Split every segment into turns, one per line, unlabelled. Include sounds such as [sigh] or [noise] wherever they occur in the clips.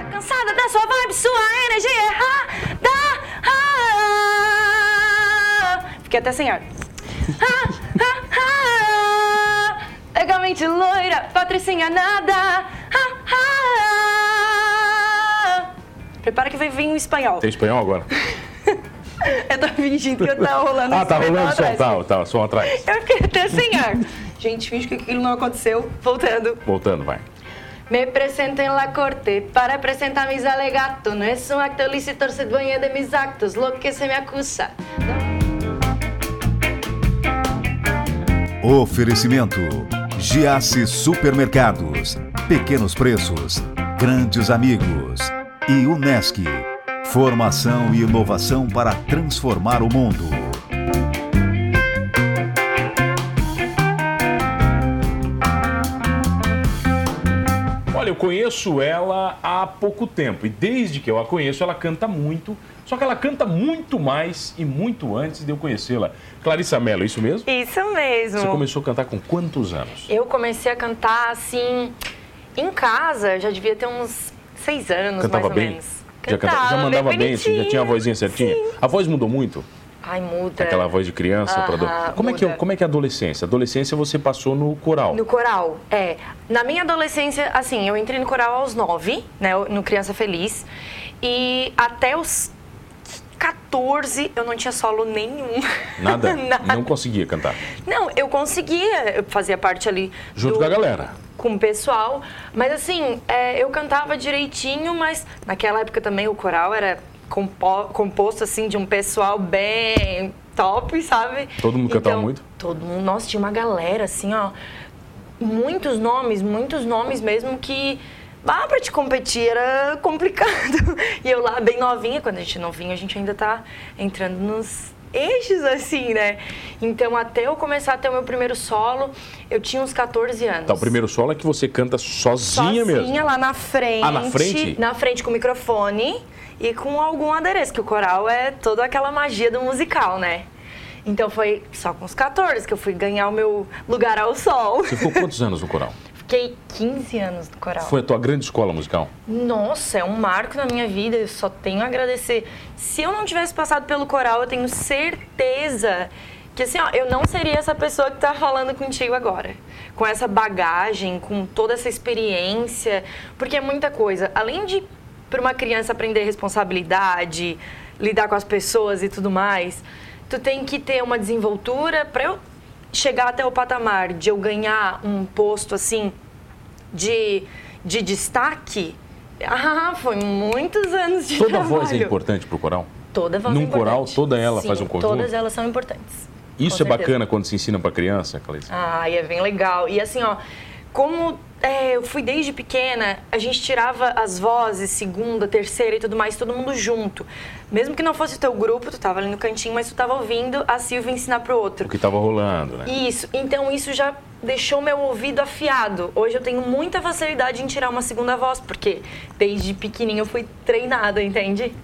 cansada da sua vibe, sua energia errada. Ah, Fiquei até sem ar. Ah, ah, ah, Legalmente loira, patricinha nada. Ah, ah, ah. Prepara que vai vir um espanhol.
Tem espanhol agora?
Eu tô fingindo que eu tava rolando
Ah,
esse
tá
espanhol
rolando o som,
atrás.
tá, tá, som atrás.
Eu fiquei até sem ar. Gente, finge que aquilo não aconteceu. Voltando.
Voltando, vai.
Me presento en la corte para presentar mis alegatos. No es un acto lícito ser dueña de mis actos, lo que se me acusa.
Oferecimento: Giasse Supermercados, Pequenos Preços, Grandes Amigos e Unesc. Formação e inovação para transformar o mundo.
Olha, eu conheço ela há pouco tempo e desde que eu a conheço, ela canta muito, só que ela canta muito mais e muito antes de eu conhecê-la. Clarissa Mello, é isso mesmo?
Isso
Você
mesmo.
começou a cantar com quantos anos?
Eu comecei a cantar assim, em casa, já devia ter uns seis anos
Cantava
mais
bem?
ou menos.
já, cantava, já mandava bem, assim, já
bonitinha.
tinha a vozinha certinha?
Sim.
A voz mudou muito?
Ai, muda.
Aquela voz de criança
Aham,
pra adolescente. Como, é que é-
Ah, muda.
como é que é a adolescência? Adolescência você passou no coral.
No coral, é. Na minha adolescência, assim, eu entrei no coral aos nove, né, no Criança Feliz. E até os 14 eu não tinha solo nenhum. [laughs]
Nada?
Nada.
Não conseguia cantar.
Não, eu conseguia, eu fazia parte ali
Junto
do-
com a galera.
com o pessoal, mas assim, é, eu cantava direitinho, mas naquela época também o coral era compo- composto assim de um pessoal bem top, sabe? Então,
Todo mundo cantava muito?
Todo mundo, nossa, tinha uma galera assim, ó, muitos nomes, muitos nomes mesmo que ah, pra te competir era complicado. [laughs] E eu lá, bem novinha, quando a gente é novinha, a gente ainda tá entrando nos eixos, assim, né? Então, até eu começar a ter o meu primeiro solo, eu tinha uns 14 anos.
Tá, o primeiro solo é que você canta
sozinha
sozinha, mesmo.
lá na frente.
Ah, na frente?
Na frente com o microfone e com algum adereço, que o coral é toda aquela magia do musical, né? Então foi só com os 14 que eu fui ganhar o meu lugar ao sol.
Você ficou quantos anos no coral?
Fiquei 15 anos no coral.
Foi a tua grande escola musical?
Nossa, é um marco na minha vida, eu só tenho a agradecer. Se eu não tivesse passado pelo coral, eu tenho certeza que assim, ó, eu não seria essa pessoa que tá falando contigo agora. Com essa bagagem, com toda essa experiência, porque é muita coisa. Além de para uma criança aprender responsabilidade, lidar com as pessoas e tudo mais, tu tem que ter uma desenvoltura para eu chegar até o patamar de eu ganhar um posto assim de, de destaque. Ah, foi muitos anos de
Toda
trabalho.
voz é importante pro coral?
Toda voz
Num
é importante.
coral, toda ela
Sim,
faz um conjunto?
Todas elas são importantes.
Isso
Com
é
certeza.
bacana quando se ensina pra criança, Clarice?
Ah, e é bem legal. E assim, ó, como é, eu fui desde pequena, a gente tirava as vozes, segunda, terceira e tudo mais, todo mundo junto. Mesmo que não fosse o teu grupo, tu tava ali no cantinho, mas tu tava ouvindo a Silvia ensinar pro outro.
O que tava rolando, né?
Isso, então isso já deixou meu ouvido afiado. Hoje eu tenho muita facilidade em tirar uma segunda voz, porque desde pequenininho eu fui treinada, entende?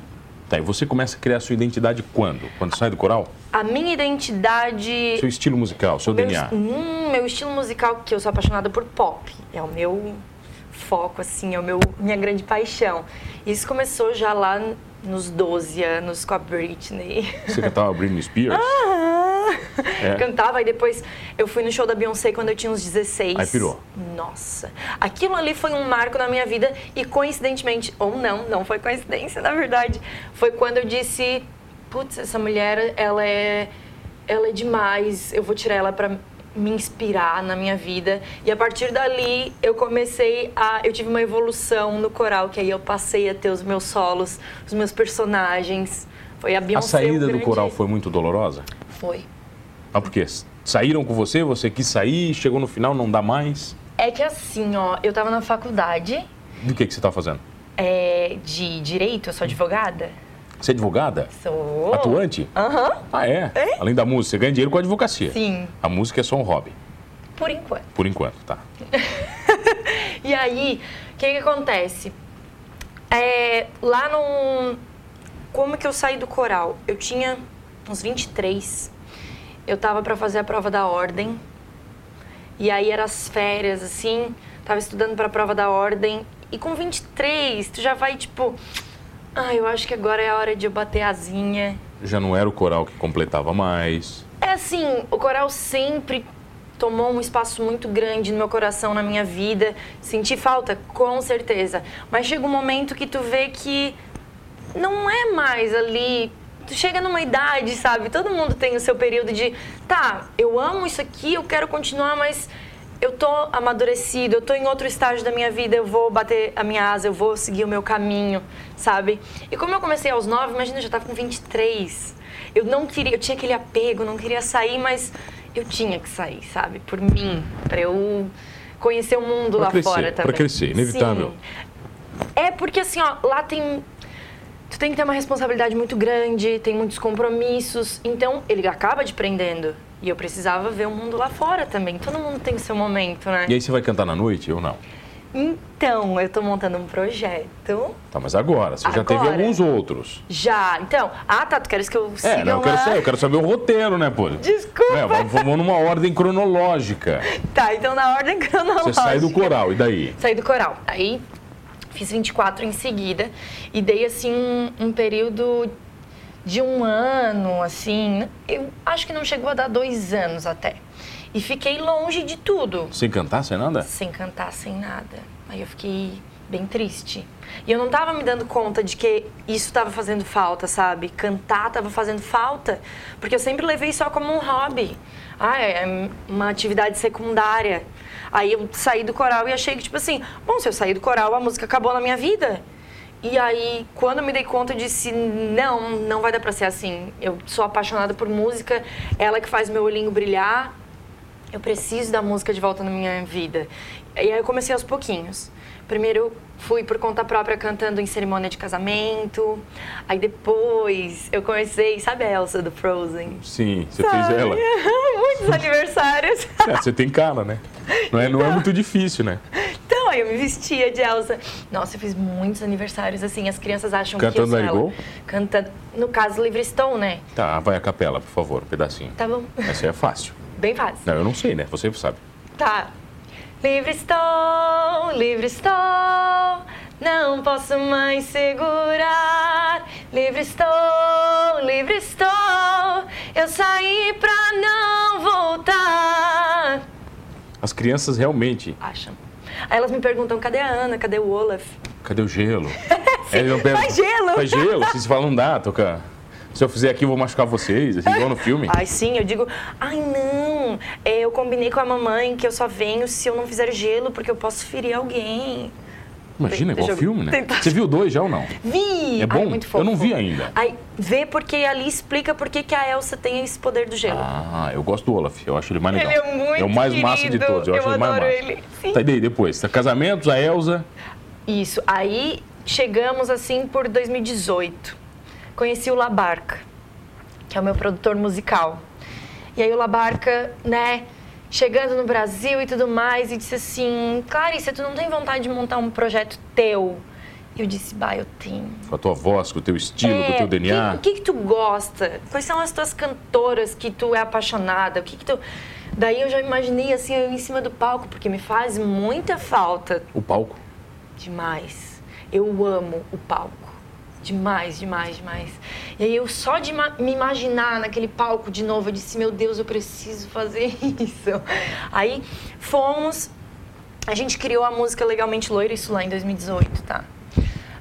Tá, e você começa a criar sua identidade quando? Quando sai do coral?
A minha identidade.
Seu estilo musical, seu DNA.
Meu, hum, meu estilo musical, que eu sou apaixonada por pop. É o meu foco, assim, é o meu, minha grande paixão. Isso começou já lá nos 12 anos com a Britney.
Você cantava Britney Spears?
Ah!
É.
Cantava e depois eu fui no show da Beyoncé quando eu tinha uns 16.
Aí pirou.
Nossa. Aquilo ali foi um marco na minha vida e coincidentemente, ou não, não foi coincidência, na verdade, foi quando eu disse, putz, essa mulher, ela é ela é demais, eu vou tirar ela pra me inspirar na minha vida. E a partir dali eu comecei a eu tive uma evolução no coral, que aí eu passei a ter os meus solos, os meus personagens. Foi a
a
Beyoncé o
saída do
grande-
coral foi muito dolorosa?
foi.
Ah, por quê? Saíram com você, você quis sair, chegou no final, não dá mais.
É que assim, ó, eu tava na faculdade
Do que, que você tá fazendo?
é, de direito, eu sou advogada.
Você é advogada?
Sou.
Atuante?
Aham,
Ah, é? Além da música, você ganha dinheiro com a advocacia.
sim,
A música é só um hobby,
por enquanto.
por enquanto, tá?
E aí, o que, que acontece? É, lá no. Como que eu saí do coral? Eu tinha uns 23. Eu tava pra fazer a prova da ordem. E aí eram as férias, assim. Tava estudando pra prova da ordem. E com 23, tu já vai tipo. Ah, eu acho que agora é a hora de eu bater asinha.
Já não era o coral que completava mais.
É assim, o coral sempre tomou um espaço muito grande no meu coração, na minha vida. Senti falta, com certeza. Mas chega um momento que tu vê que não é mais ali. Tu chega numa idade, sabe? Todo mundo tem o seu período de, tá, eu amo isso aqui, eu quero continuar, mas eu tô amadurecido, eu tô em outro estágio da minha vida, eu vou bater a minha asa, eu vou seguir o meu caminho, sabe? E como eu comecei aos 9, imagina, eu já tava com 23. Eu não queria, eu tinha aquele apego, não queria sair, mas eu tinha que sair, sabe? Por mim, para eu conhecer o mundo
Pra
lá
crescer,
fora
pra
também.
crescer, inevitável.
Sim. É porque assim, ó, lá tem tu tem que ter uma responsabilidade muito grande, tem muitos compromissos, então ele acaba te prendendo. E eu precisava ver o mundo lá fora também. Todo mundo tem o seu momento, né?
E aí você vai cantar na noite ou não?
Então, eu tô montando um projeto.
Tá, mas agora, você já teve
Agora.
alguns outros.
Já, então. Ah, tá, tu queres que eu siga
É, não, eu quero
uma-
saber, eu quero saber o roteiro, né,
[laughs]
pô?
Desculpa.
É, vamos, vamos numa ordem cronológica.
Tá, então na ordem [laughs] cronológica.
Você sai do coral, e daí?
Saí do coral. Aí fiz 24 em seguida e dei assim um, um período de um ano, assim. Eu acho que não chegou a dar dois anos até. E fiquei longe de tudo,
Sem cantar, sem nada?
sem cantar, sem nada. Aí eu fiquei bem triste. E eu não tava me dando conta de que isso tava fazendo falta, sabe? Cantar tava fazendo falta, porque eu sempre levei só como um hobby. Ah, é é uma atividade secundária. Aí eu saí do coral e achei que, tipo assim, bom, se eu sair do coral, a música acabou na minha vida. E aí, quando eu me dei conta, eu disse: não, não vai dar pra ser assim. Eu sou apaixonada por música, ela que faz meu olhinho brilhar, eu preciso da música de volta na minha vida. E aí eu comecei aos pouquinhos. Primeiro eu fui por conta própria cantando em cerimônia de casamento. Aí depois eu comecei, sabe a Elsa do Frozen?
Sim, você fez
Sabe?
ela.
[laughs] Muitos aniversários.
É, você tem cara, né? Não é, não é muito difícil, né?
Então, aí eu me vestia de Elsa. Nossa, eu fiz muitos aniversários assim. As crianças acham que eu
Cantando
sou
Let It
ela.
Go?
Cantando. No caso, Livre Estou, né?
Tá, vai a capela, por favor, um pedacinho.
Tá bom.
Essa é fácil.
Bem fácil.
Não, eu não sei, né? Você sabe.
Tá. Livre estou, livre estou, não posso mais segurar. Livre estou, livre estou, eu saí pra não voltar.
As crianças realmente.
Acham. Aí elas me perguntam: cadê a Ana, cadê o Olaf?
Cadê
[laughs]
o gelo? Eles não
faz gelo.
Faz gelo? Vocês falam, não dá, toca. Se eu fizer aqui, eu vou machucar vocês, assim, igual no filme.
Ai, sim, eu digo, ai não, é, eu combinei com a mamãe que eu só venho se eu não fizer gelo, porque eu posso ferir alguém.
Imagina, igual
deixa eu-
filme, né?
tentar-
Você viu dois já ou não?
Vi!
É bom?
Ai, muito fofo.
Eu não vi ainda.
Ai, vê porque ali explica por que que a Elsa tem esse poder do gelo.
Ah, eu gosto do Olaf, eu acho ele mais legal.
Ele é muito
o mais massa de
querido,
todos, eu,
eu
acho ele mais
adoro
massa.
ele. Sim.
Tá, e daí depois? Tá, casamentos, a Elsa.
Isso. Aí chegamos assim por 2018. Conheci o Labarca, que é o meu produtor musical. E aí o Labarca, né, chegando no Brasil e tudo mais, e disse assim: Clarissa, tu não tem vontade de montar um projeto teu? E eu disse: Bah, eu tenho.
Com a tua voz, com o teu estilo, com o
É,
teu DNA.
O que, o que que tu gosta? Quais são as tuas cantoras que tu é apaixonada? O que, que tu. Daí eu já imaginei assim, eu em cima do palco, porque me faz muita falta
O palco.
demais. Eu amo o palco. Demais, demais, demais. E aí eu só de ma- me imaginar naquele palco de novo, eu disse, meu Deus, eu preciso fazer [laughs] isso. Aí fomos, a gente criou a música Legalmente Loira, isso lá em 2018, tá?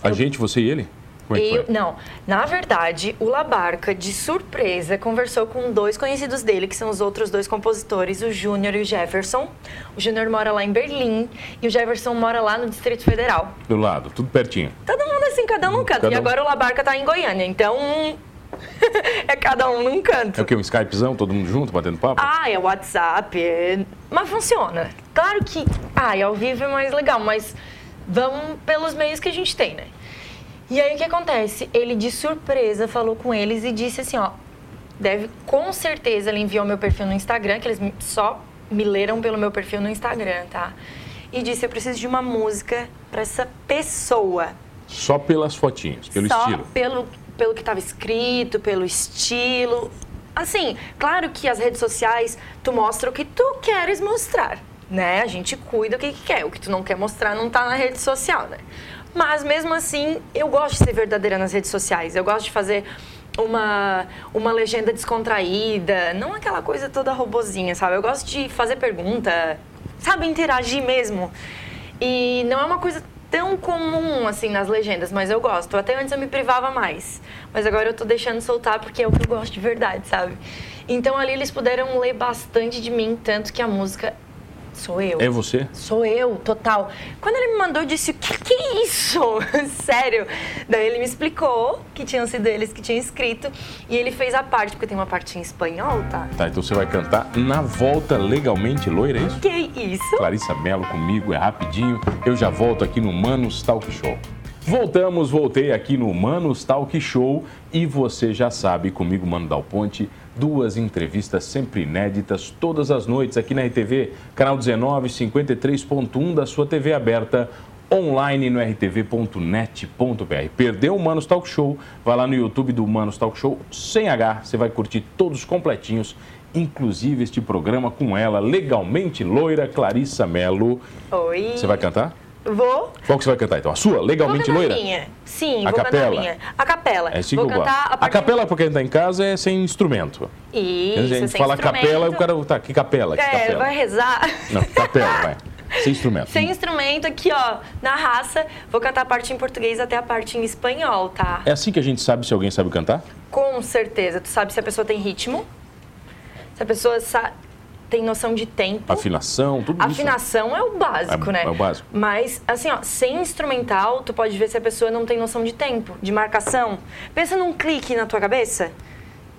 A gente, você e ele? Como é que
Eu,
foi?
não, na verdade, o Labarca, de surpresa, conversou com dois conhecidos dele, que são os outros dois compositores, o Júnior e o Jefferson. O Júnior mora lá em Berlim e o Jefferson mora lá no Distrito Federal.
Do lado, tudo pertinho.
Todo mundo assim, cada um num canto.
Cada
e
um.
agora o Labarca tá em Goiânia, então [laughs] é cada um num canto.
É o quê? Um Skypezão, todo mundo junto, batendo papo?
Ah, é WhatsApp, é... mas funciona. Claro que, ah, é ao vivo é mais legal, mas vamos pelos meios que a gente tem, né? E aí o que acontece? Ele de surpresa falou com eles e disse assim, ó, deve com certeza ele enviou meu perfil no Instagram, que eles me- só me leram pelo meu perfil no Instagram, tá? E disse, eu preciso de uma música pra essa pessoa
Só pelas fotinhas, pelo
só
é estilo.
Pelo, pelo que estava escrito, pelo estilo. Assim, claro que as redes sociais, tu mostra o que tu queres mostrar. né? A gente cuida do que, que quer. O que tu não quer mostrar não tá na rede social, né? Mas mesmo assim, eu gosto de ser verdadeira nas redes sociais. Eu gosto de fazer uma, uma legenda descontraída, não aquela coisa toda robozinha, sabe? Eu gosto de fazer pergunta, sabe, interagir mesmo. E não é uma coisa tão comum assim nas legendas, mas eu gosto. Até antes eu me privava mais, mas agora eu tô deixando soltar porque é o que eu gosto de verdade, sabe? Então ali eles puderam ler bastante de mim, tanto que a música sou eu.
É você?
Sou eu, total. Quando ele me mandou, eu disse: o que, que é isso? [laughs] Sério. Daí ele me explicou que tinham sido eles que tinham escrito. E ele fez a parte, porque tem uma parte em espanhol, tá?
Tá, então você vai cantar Na Volta Legalmente Loira, é isso?
Que isso?
Clarissa Mello comigo, é rapidinho. Eu já volto aqui no Manos Talk Show. Voltamos, voltei aqui no Manos Talk Show e você já sabe, comigo, Mano Dal Ponte, duas entrevistas sempre inéditas todas as noites aqui na RTV, canal 19, 53.1 da sua TV aberta, online no rtv.net.br. Perdeu o Manos Talk Show? Vai lá no YouTube do Manos Talk Show sem H, você vai curtir todos completinhos, inclusive este programa com ela, legalmente loira, Clarissa Mello.
Oi.
Você vai cantar?
Vou.
Qual que você vai cantar então? A sua,
Vou
legalmente
cantar a
loira?
minha. Sim,
A
vou cantar a
capela.
minha. A capela.
É assim que
vou
eu gosto.
cantar
A,
partir-
capela, pra quem tá em casa, é sem instrumento.
Isso,
a gente
sem
fala
instrumento.
capela, o cara. Tá, que capela? Que
É,
capela?
vai rezar.
Não, capela, vai. Sem instrumento.
[laughs] Sem instrumento aqui, ó, na raça. Vou cantar a parte em português até a parte em espanhol, tá?
É assim que a gente sabe se alguém sabe cantar?
Com certeza. Tu sabe se a pessoa tem ritmo, se a pessoa sa- tem noção de tempo.
Afinação, tudo isso.
Afinação é o básico,
É-
né?
é o básico.
Mas, assim, ó, sem instrumental, tu pode ver se a pessoa não tem noção de tempo, de marcação. Pensa num clique na tua cabeça.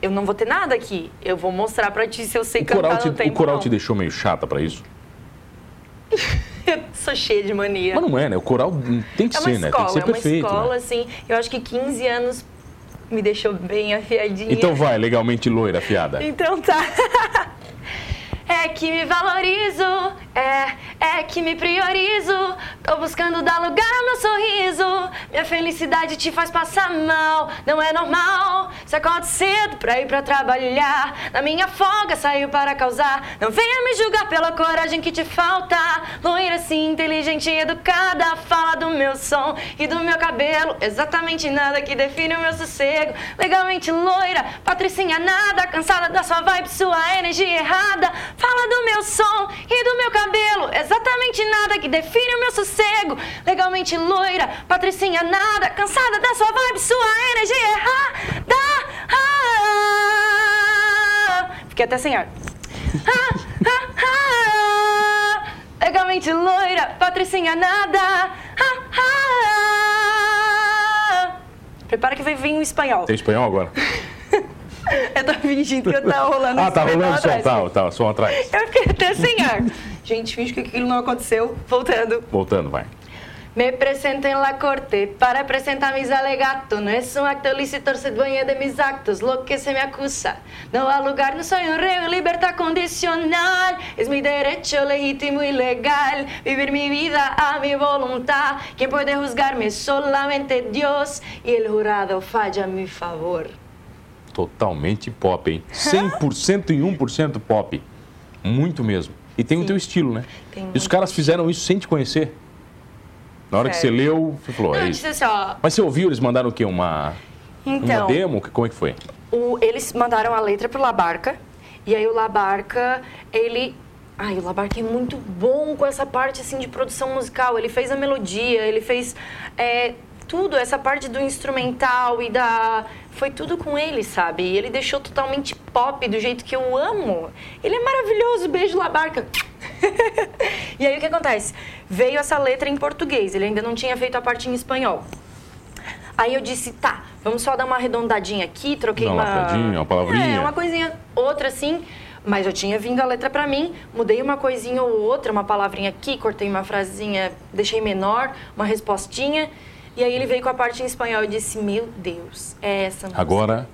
Eu não vou ter nada aqui. Eu vou mostrar pra ti se eu sei
O
cantar
coral,
no
te,
tempo.
o coral
não.
te deixou meio chata pra isso?
[laughs] Eu sou cheia de mania.
Mas não é, né? O coral hum, tem que
É uma
ser, né? Tem
escola,
que ser
é uma
perfeito. né?
escola, assim. Eu acho que 15 anos me deixou bem afiadinha.
Então vai, legalmente loira, fiada.
Então tá. [laughs] É que me valorizo, é, é que me priorizo. Tô buscando dar lugar ao meu sorriso. Minha felicidade te faz passar mal, não é normal. Se acorda cedo pra ir pra trabalhar. Na minha folga saiu para causar. Não venha me julgar pela coragem que te falta. Loira assim, inteligente e educada. Fala do meu som e do meu cabelo. Exatamente nada que define o meu sossego. Legalmente loira, patricinha nada. Cansada da sua vibe, sua energia errada. Fala do meu som e do meu cabelo. Exatamente nada que define o meu sossego. Legalmente loira, patricinha nada. Cansada da sua vibe, sua energia errada. Ah, Fiquei até sem ar. Ah, ah, ah, ah. [laughs] Legalmente loira, patricinha nada. Ah, ah, ah. Prepara que vai vir um espanhol.
Tem é espanhol agora?
Eu tô fingindo que eu tava rolando
[laughs] Ah,
esse
tá rolando
espanhol
som,
atrás.
tá, tá, som atrás.
Eu fiquei até sem ar. Gente, finge que aquilo não aconteceu. Voltando.
Voltando, vai.
Me presento en la corte para presentar mis alegatos. No es un acto lícito ser dueña de mis actos, lo que se me acusa. No al lugar, no soy un reo en libertad condicional. Es mi derecho legítimo y legal vivir mi vida a mi voluntad. Quien puede juzgarme solamente Dios y el jurado falla a mi favor.
Totalmente pop, hein? 100% e 1% pop. Muito mesmo. E tem o teu estilo, né?
Tem
e os caras fizeram isso sem te conhecer. Na hora que você
Sério.
leu, você falou, é isso. Mas você ouviu, eles mandaram o quê? Uma,
Então.
uma demo? Como é que foi?
O- eles mandaram a letra pro Labarca. E aí o Labarca, ele. Ai, o Labarca é muito bom com essa parte assim de produção musical. Ele fez a melodia, ele fez é, tudo, essa parte do instrumental e da. Foi tudo com ele, sabe? E ele deixou totalmente pop do jeito que eu amo. Ele é maravilhoso, beijo Labarca. [laughs] e aí o que acontece? Veio essa letra em português, ele ainda não tinha feito a parte em espanhol. Aí eu disse, tá, vamos só dar uma arredondadinha aqui, troquei
Dá uma
uma...
lacradinha, uma palavrinha.
É, uma coisinha, outra assim, mas eu tinha vindo a letra pra mim, mudei uma coisinha ou outra, uma palavrinha aqui, cortei uma frasinha, deixei menor, uma respostinha. E aí ele veio com a parte em espanhol e disse, meu Deus, é essa música.
Agora,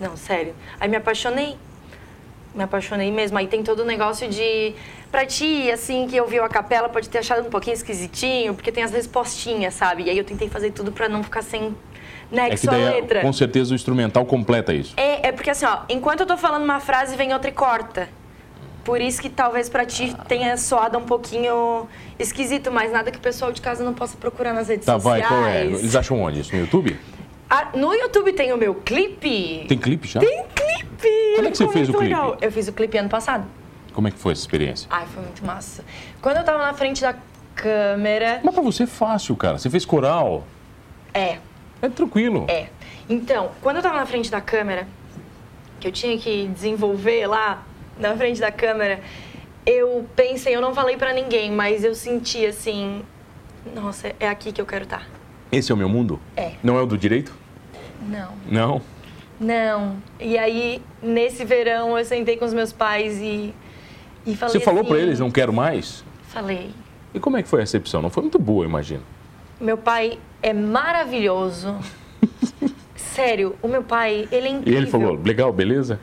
Não, sério. Aí me apaixonei. Me apaixonei mesmo. Aí tem todo o negócio de. Pra ti, assim, que ouviu a capela, pode ter achado um pouquinho esquisitinho, porque tem as respostinhas, sabe? E aí eu tentei fazer tudo pra não ficar sem
é que
nexo à
daí,
letra.
com certeza, o instrumental completa isso.
É, é porque assim, ó, enquanto eu tô falando uma frase, vem outra e corta.
Por isso que talvez pra ti tenha soado um pouquinho esquisito, mas nada que o pessoal de casa não possa procurar nas redes
Tá, vai,
sociais.
qual é? Eles acham onde? Isso no YouTube?
Ah, no YouTube tem o meu clipe.
Tem clipe já?
Tem clipe!
Quando é que você
Ficou
fez
muito
o clipe?
legal. Eu fiz o clipe ano passado.
Como é que foi essa experiência?
Ai, foi muito massa. Quando eu tava na frente da câmera.
Mas pra você é fácil, cara. Você fez coral.
É,
É tranquilo.
é. Então, quando eu tava na frente da câmera, que eu tinha que desenvolver lá na frente da câmera, eu pensei, eu não falei pra ninguém, mas eu senti assim. Nossa, é aqui que eu quero estar.
Esse é o meu mundo?
É.
Não é o do direito?
Não.
Não.
Não. E aí, nesse verão, eu sentei com os meus pais e. e falei
Você falou
assim,
pra eles, não quero mais?
Falei.
E como é que foi a recepção? Não foi muito boa, eu imagino.
Meu pai
[laughs]
é maravilhoso. Sério, o meu pai, ele é
E
incrível.
ele falou, legal, beleza?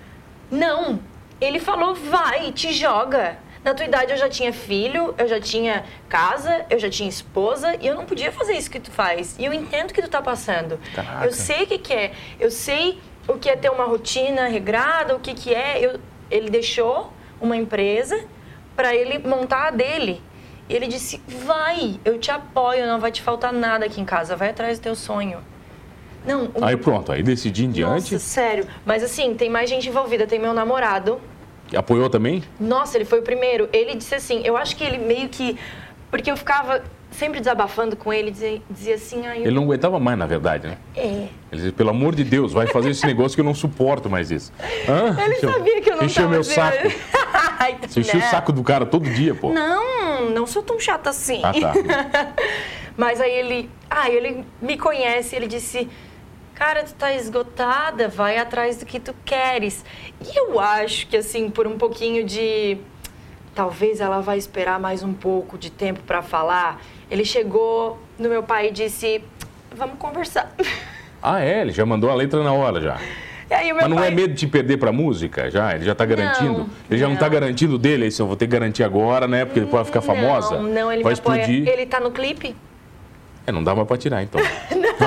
Não, ele falou, vai, te joga. Na tua idade eu já tinha filho, eu já tinha casa, eu já tinha esposa e eu não podia fazer isso que tu faz. E eu entendo o que tu tá passando.
Caraca.
Eu sei o que, que é, eu sei o que é ter uma rotina regrada, o que, que é. Eu- ele deixou uma empresa para ele montar a dele. E ele disse, vai, eu te apoio, não vai te faltar nada aqui em casa, vai atrás do teu sonho. Não, o
Aí pronto, aí decidi em diante.
nossa, sério. Mas assim, tem mais gente envolvida. Tem meu namorado.
Apoiou também?
Nossa, ele foi o primeiro. Ele disse assim, eu acho que ele meio que... Porque eu ficava sempre desabafando com ele, dizia, dizia assim... Ai, eu-
Ele não aguentava mais, na verdade, né?
É.
Ele disse, pelo amor de Deus, vai fazer esse negócio que eu não suporto mais isso. Hã?
Ele
Encheu-
sabia que eu não
Encheu
tava
meu
assim,
saco.
Ai, tá-
Você encheu o
né?
saco do cara todo dia, pô.
Não, não sou tão chata assim.
Ah, tá.
[laughs] Mas aí ele... Ah, ele me conhece, ele disse... Cara, tu tá esgotada, vai atrás do que tu queres. E eu acho que, assim, por um pouquinho de... Talvez ela vai esperar mais um pouco de tempo pra falar. Ele chegou no meu pai e disse... Vamos conversar. [laughs]
Ah, é, ele já mandou a letra na hora já.
E aí o meu
Mas não
pai...
é medo de perder pra música? Já? Ele já tá garantindo?
Não,
ele já não,
não.
tá garantindo dele? Isso eu vou ter que garantir agora, né? Porque ele pode ficar famosa?
Não, não, ele
vai
me apoia.
explodir.
Ele tá no clipe.
É, não dá mais pra tirar,
[laughs]
então.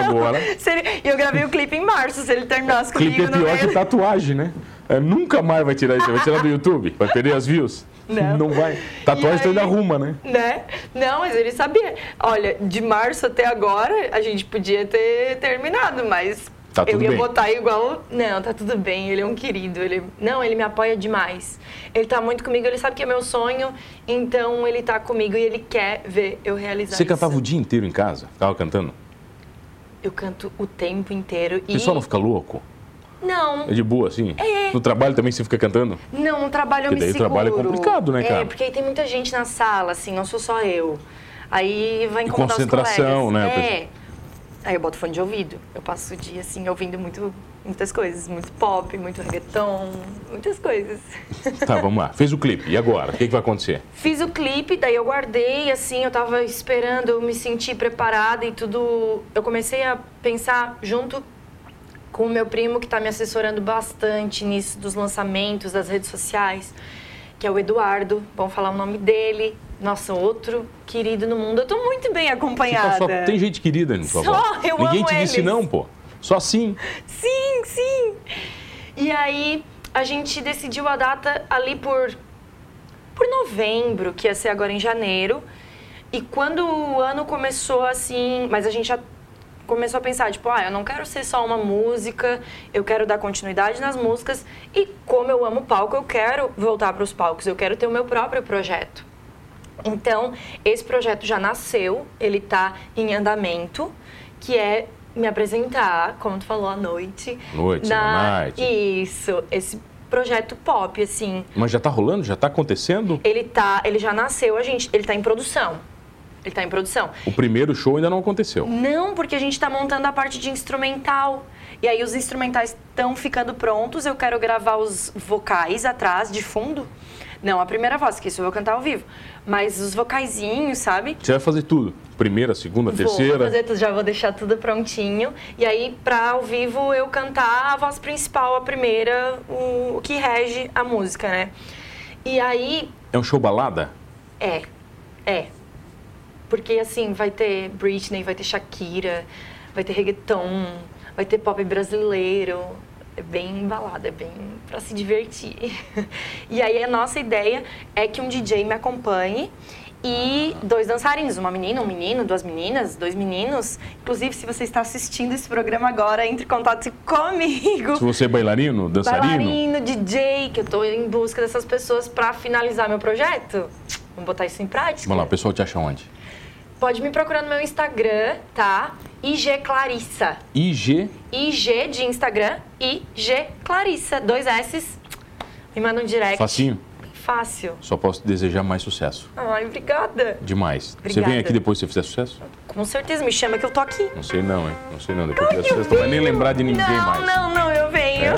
Agora,
Se ele- E eu gravei o clipe em março, se ele terminasse comigo...
clipe é
não
pior
ia-
que tatuagem, né? É, nunca mais vai tirar isso. Vai tirar do YouTube? Vai perder as views?
Não.
vai. Tatuagem tu
E
ainda
aí-
arruma, né?
[laughs] né? Não, mas ele sabia. Olha, de março até agora a gente podia ter terminado, mas
Tá
eu
tudo
ia
bem.
botar igual. Não, tá tudo bem. Ele é um querido. Ele não, ele me apoia demais. Ele tá muito comigo. Ele sabe que é meu sonho, então ele tá comigo e ele quer ver eu realizar.
Você
isso.
cantava o dia inteiro em casa? Tava cantando?
Eu canto o tempo inteiro
O
e
pessoal não fica louco?
não,
É de boa, assim? No trabalho também você fica cantando?
Não, no trabalho eu
Porque
me
daí o
seguro.
trabalho é complicado, né, cara?
É, porque aí tem muita gente na sala, assim, não sou só eu. Aí vai
E
incomodar
concentração,
os colegas.
né?
É. Aí eu boto fone de ouvido. Eu passo o dia, assim, ouvindo muito, muitas coisas. Muito pop, muito reggaeton, muitas coisas.
Tá, vamos lá. Fez o clipe. E agora? O que, que vai acontecer?
Fiz o clipe, daí eu guardei, assim, eu tava esperando, eu me senti preparada e tudo. Eu comecei a pensar junto com o meu primo, que tá me assessorando bastante nisso dos lançamentos, das redes sociais, que é o Eduardo. Vamos falar o nome dele. Nossa, outro querido no mundo. Eu tô muito bem
Você tá
acompanhada.
só- Tem gente querida na sua
Só,
volta.
eu
Ninguém
amo
te disse
eles.
não, pô. Só assim.
Sim, sim. E aí a gente decidiu a data ali por por novembro, que ia ser agora em janeiro. E quando o ano começou assim, mas a gente já começou a pensar, tipo, ah, eu não quero ser só uma música, eu quero dar continuidade nas músicas e como eu amo palco, eu quero voltar para os palcos, eu quero ter o meu próprio projeto. Então, esse projeto já nasceu, ele está em andamento, que é me apresentar, como tu falou, à noite.
Noite, na night.
Isso, esse projeto pop, assim.
Mas já tá rolando? Já tá acontecendo?
Ele tá, ele já nasceu, a gente, ele tá em produção. Ele tá em produção.
O primeiro show ainda não aconteceu.
Não, porque a gente tá montando a parte de instrumental. E aí os instrumentais estão ficando prontos, eu quero gravar os vocais atrás, de fundo. Não a primeira voz, que isso eu vou cantar ao vivo. Mas os vocaizinhos, sabe?
Você vai fazer tudo. Primeira, segunda, terceira.
Vou fazer tudo, já vou deixar tudo prontinho. E aí, pra ao vivo, eu cantar a voz principal, a primeira, o, o que rege a música, né? E aí,
É um show balada?
é, é. Porque assim, vai ter Britney, vai ter Shakira, vai ter reggaeton, vai ter pop brasileiro, é bem balada, é bem para se divertir. [laughs] E aí a nossa ideia é que um DJ me acompanhe e dois dançarinos, uma menina, um menino, duas meninas, dois meninos. Inclusive, se você está assistindo esse programa agora, entre em contato comigo.
Se você é bailarino, dançarino,
Bailarino, DJ, que eu tô em busca dessas pessoas para finalizar meu projeto. Vamos botar isso em prática?
vamos lá, o pessoal te acha onde?
Pode me procurar no meu Instagram, tá? IG Clarissa.
IG
IG de Instagram e G Clarissa. Dois S's. Me manda um direct.
Facinho.
Fácil.
Só posso te desejar mais sucesso.
Ai, obrigada.
Demais. Você
Obrigada.
vem aqui depois se você fizer sucesso?
Com certeza, me chama que eu tô aqui.
Não sei não, hein? Não sei não. Depois que
Eu
fizer sucesso, tu vai nem
venho.
lembrar de ninguém
não,
mais.
Não, não, eu venho.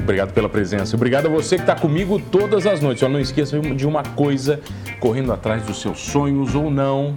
Obrigado pela presença. Obrigado a você que está comigo todas as noites. Só não esqueça de uma coisa, correndo atrás dos seus sonhos ou não,